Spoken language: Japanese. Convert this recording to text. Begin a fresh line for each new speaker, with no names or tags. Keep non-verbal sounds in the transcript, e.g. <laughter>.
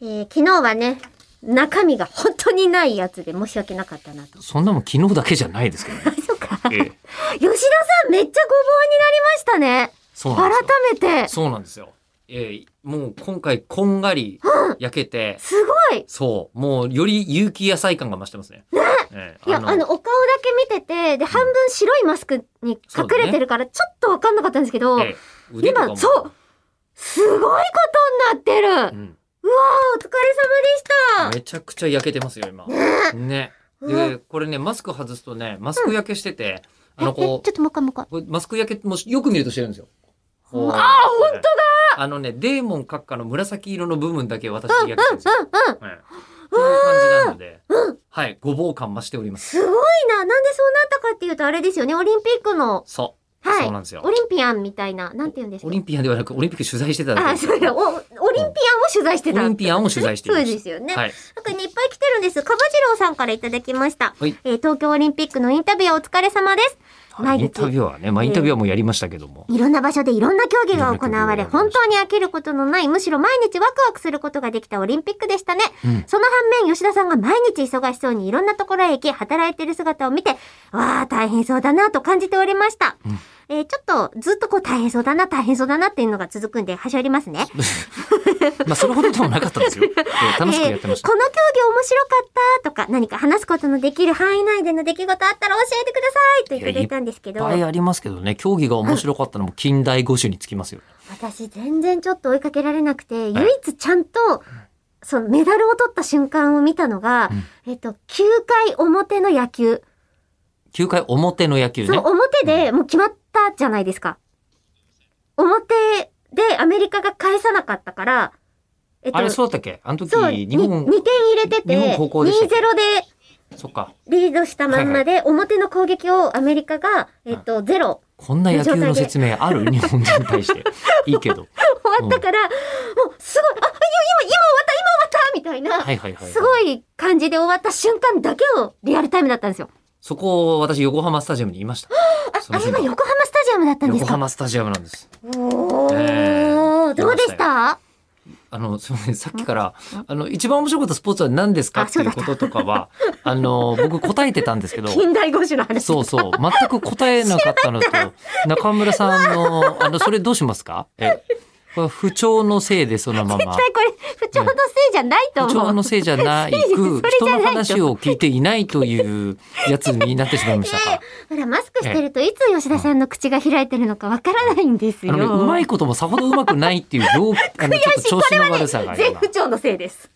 えー昨日はね、中身が本当にないやつで申し訳なかったなと。
そんなもん昨日だけじゃないですけどね。
そうか。
<laughs>
<laughs>
ええ
吉田さんめっちゃごぼうになりましたね。
そうな
改
んですよ。
めて。
そうなんですよ。ええもう今回こんがり焼けて、
すごい。
そう、もうより有機野菜感が増してますね。ええ
いや、あの、お顔だけ見てて、で、半分白いマスクに隠れてるから、ちょっとわかんなかったんですけど、
ええ腕とかも
今、そうすごいことになってる、うわー、
うん
お疲れ様でした
めちゃくちゃ焼けてますよ、今。ね。
うわ
で、これね、マスク外すとね、マスク焼けしてて、あの、
え、えちょ
こ
っともう一回もう一回。
う、マスク焼けもよく見るとしてるんですよ。あ
あ
あ、
ー
本当だあのね、デーモン閣下の紫色の部分だけ私焼けてるんですよ。
うんうん。
はいこういう感じなので、はい、ごぼう感増しております。
すごいな。なんでそうなったかっていうと、あれですよね、オリンピックの、
そう。
はい。
そうなんですよ
オ。リンピアンみたいな、なんて言うんですか
オリンピアンではなく、オリンピック取材してただけ
あ、そうだ。お、オリンピアンを取材して
オ
た。
リンピアンを取材してい
そ
ま
う
した。
ですよね。
はい。
なんかね、いっぱい来てるんです。かばじろうさんからいただきました。
はい
えー東京オリンピックのインタビューお疲れ様です。毎
イン
日
タビューはね、まあ、インタビューはもうやりましたけども。
いろんな場所でいろんな競技が行われ、
いろんな競技があり
本
ました
当に飽きることのない、むしろ毎日ワクワクすることができたオリンピックでしたね。
うん
その反面、吉田さんが毎日忙しそうにいろんなところへ行き、働いてる姿を見て、わあ、大変そうだなと感じておりました。
うん
えーちょっと、ずっとこう、大変そうだな、大変そうだなっていうのが続くんで、端折りますね。
まあ、それほどでもなかったで
<laughs>
すよ。ええ楽しくやってました。
えーこの競技面白かったとか、何か話すことのできる範囲内での出来事あったら教えてくださいといただいたんですけ
いっ
ど
ぱ、いありますけどね、競技が面白かったのも近代五種につきますよね。
私全然ちょっと追いかけられなくて、唯一ちゃんと、そのメダルを取った瞬間を見たのが、えっと、9回表の野球。
9回表の野球
そ
ね
の。表でもう決まったじゃないですか。表でアメリカが返さなかったから、えっ
あれ、そうだったっけあの時、
そう、に
日
2
本
点、入れてて、
日本高校でしたっけ
2-0で
そっか。
リードしたまんまで、表の攻撃をアメリカが、えっと、ゼロ
こんな野球の説明ある日本人に対して。いいけ
<laughs>
ど。
終わったから、もうすごい、あ、今、今、今終わった、今終わったみたいな、
はいはいはい。
すごい感じで終わった瞬間だけをリアルタイムだったんですよ。
そこを私、横浜スタジアムにいました。そ
あれ
の瞬
は
間
横浜スタジアムだったんです
横
か
浜スタジアムなんです。
おー、
ええ
どうでした
あの、すみません、さっきから、あの、一番面白かったスポーツは何ですか
あ
って
そう
い
だ
う
った
こととかは、 <laughs> あの、僕答えてた
<laughs>
んですけど、
近代五種の話。
そうそう、全く答えなかっ
<laughs>
たのと、中村さんの、あの、それどうしますかえ、これ不調のせいでそのまま
絶。対これ、不調のせいじゃないと
不
思
調
う。
のせいじゃ
<laughs>
ない
せいじゃない
く、
と
人の話を聞いていないというやつになってしまいました
<laughs>
か。
ほら、マスクしてるといつ吉田さんの口が開いてるのかわからないんです
あ
よ。
のね、うまいこともさほどうまくないっていう、ようあの、ちょっと調子の悪さが
全
今
不。調のせいです。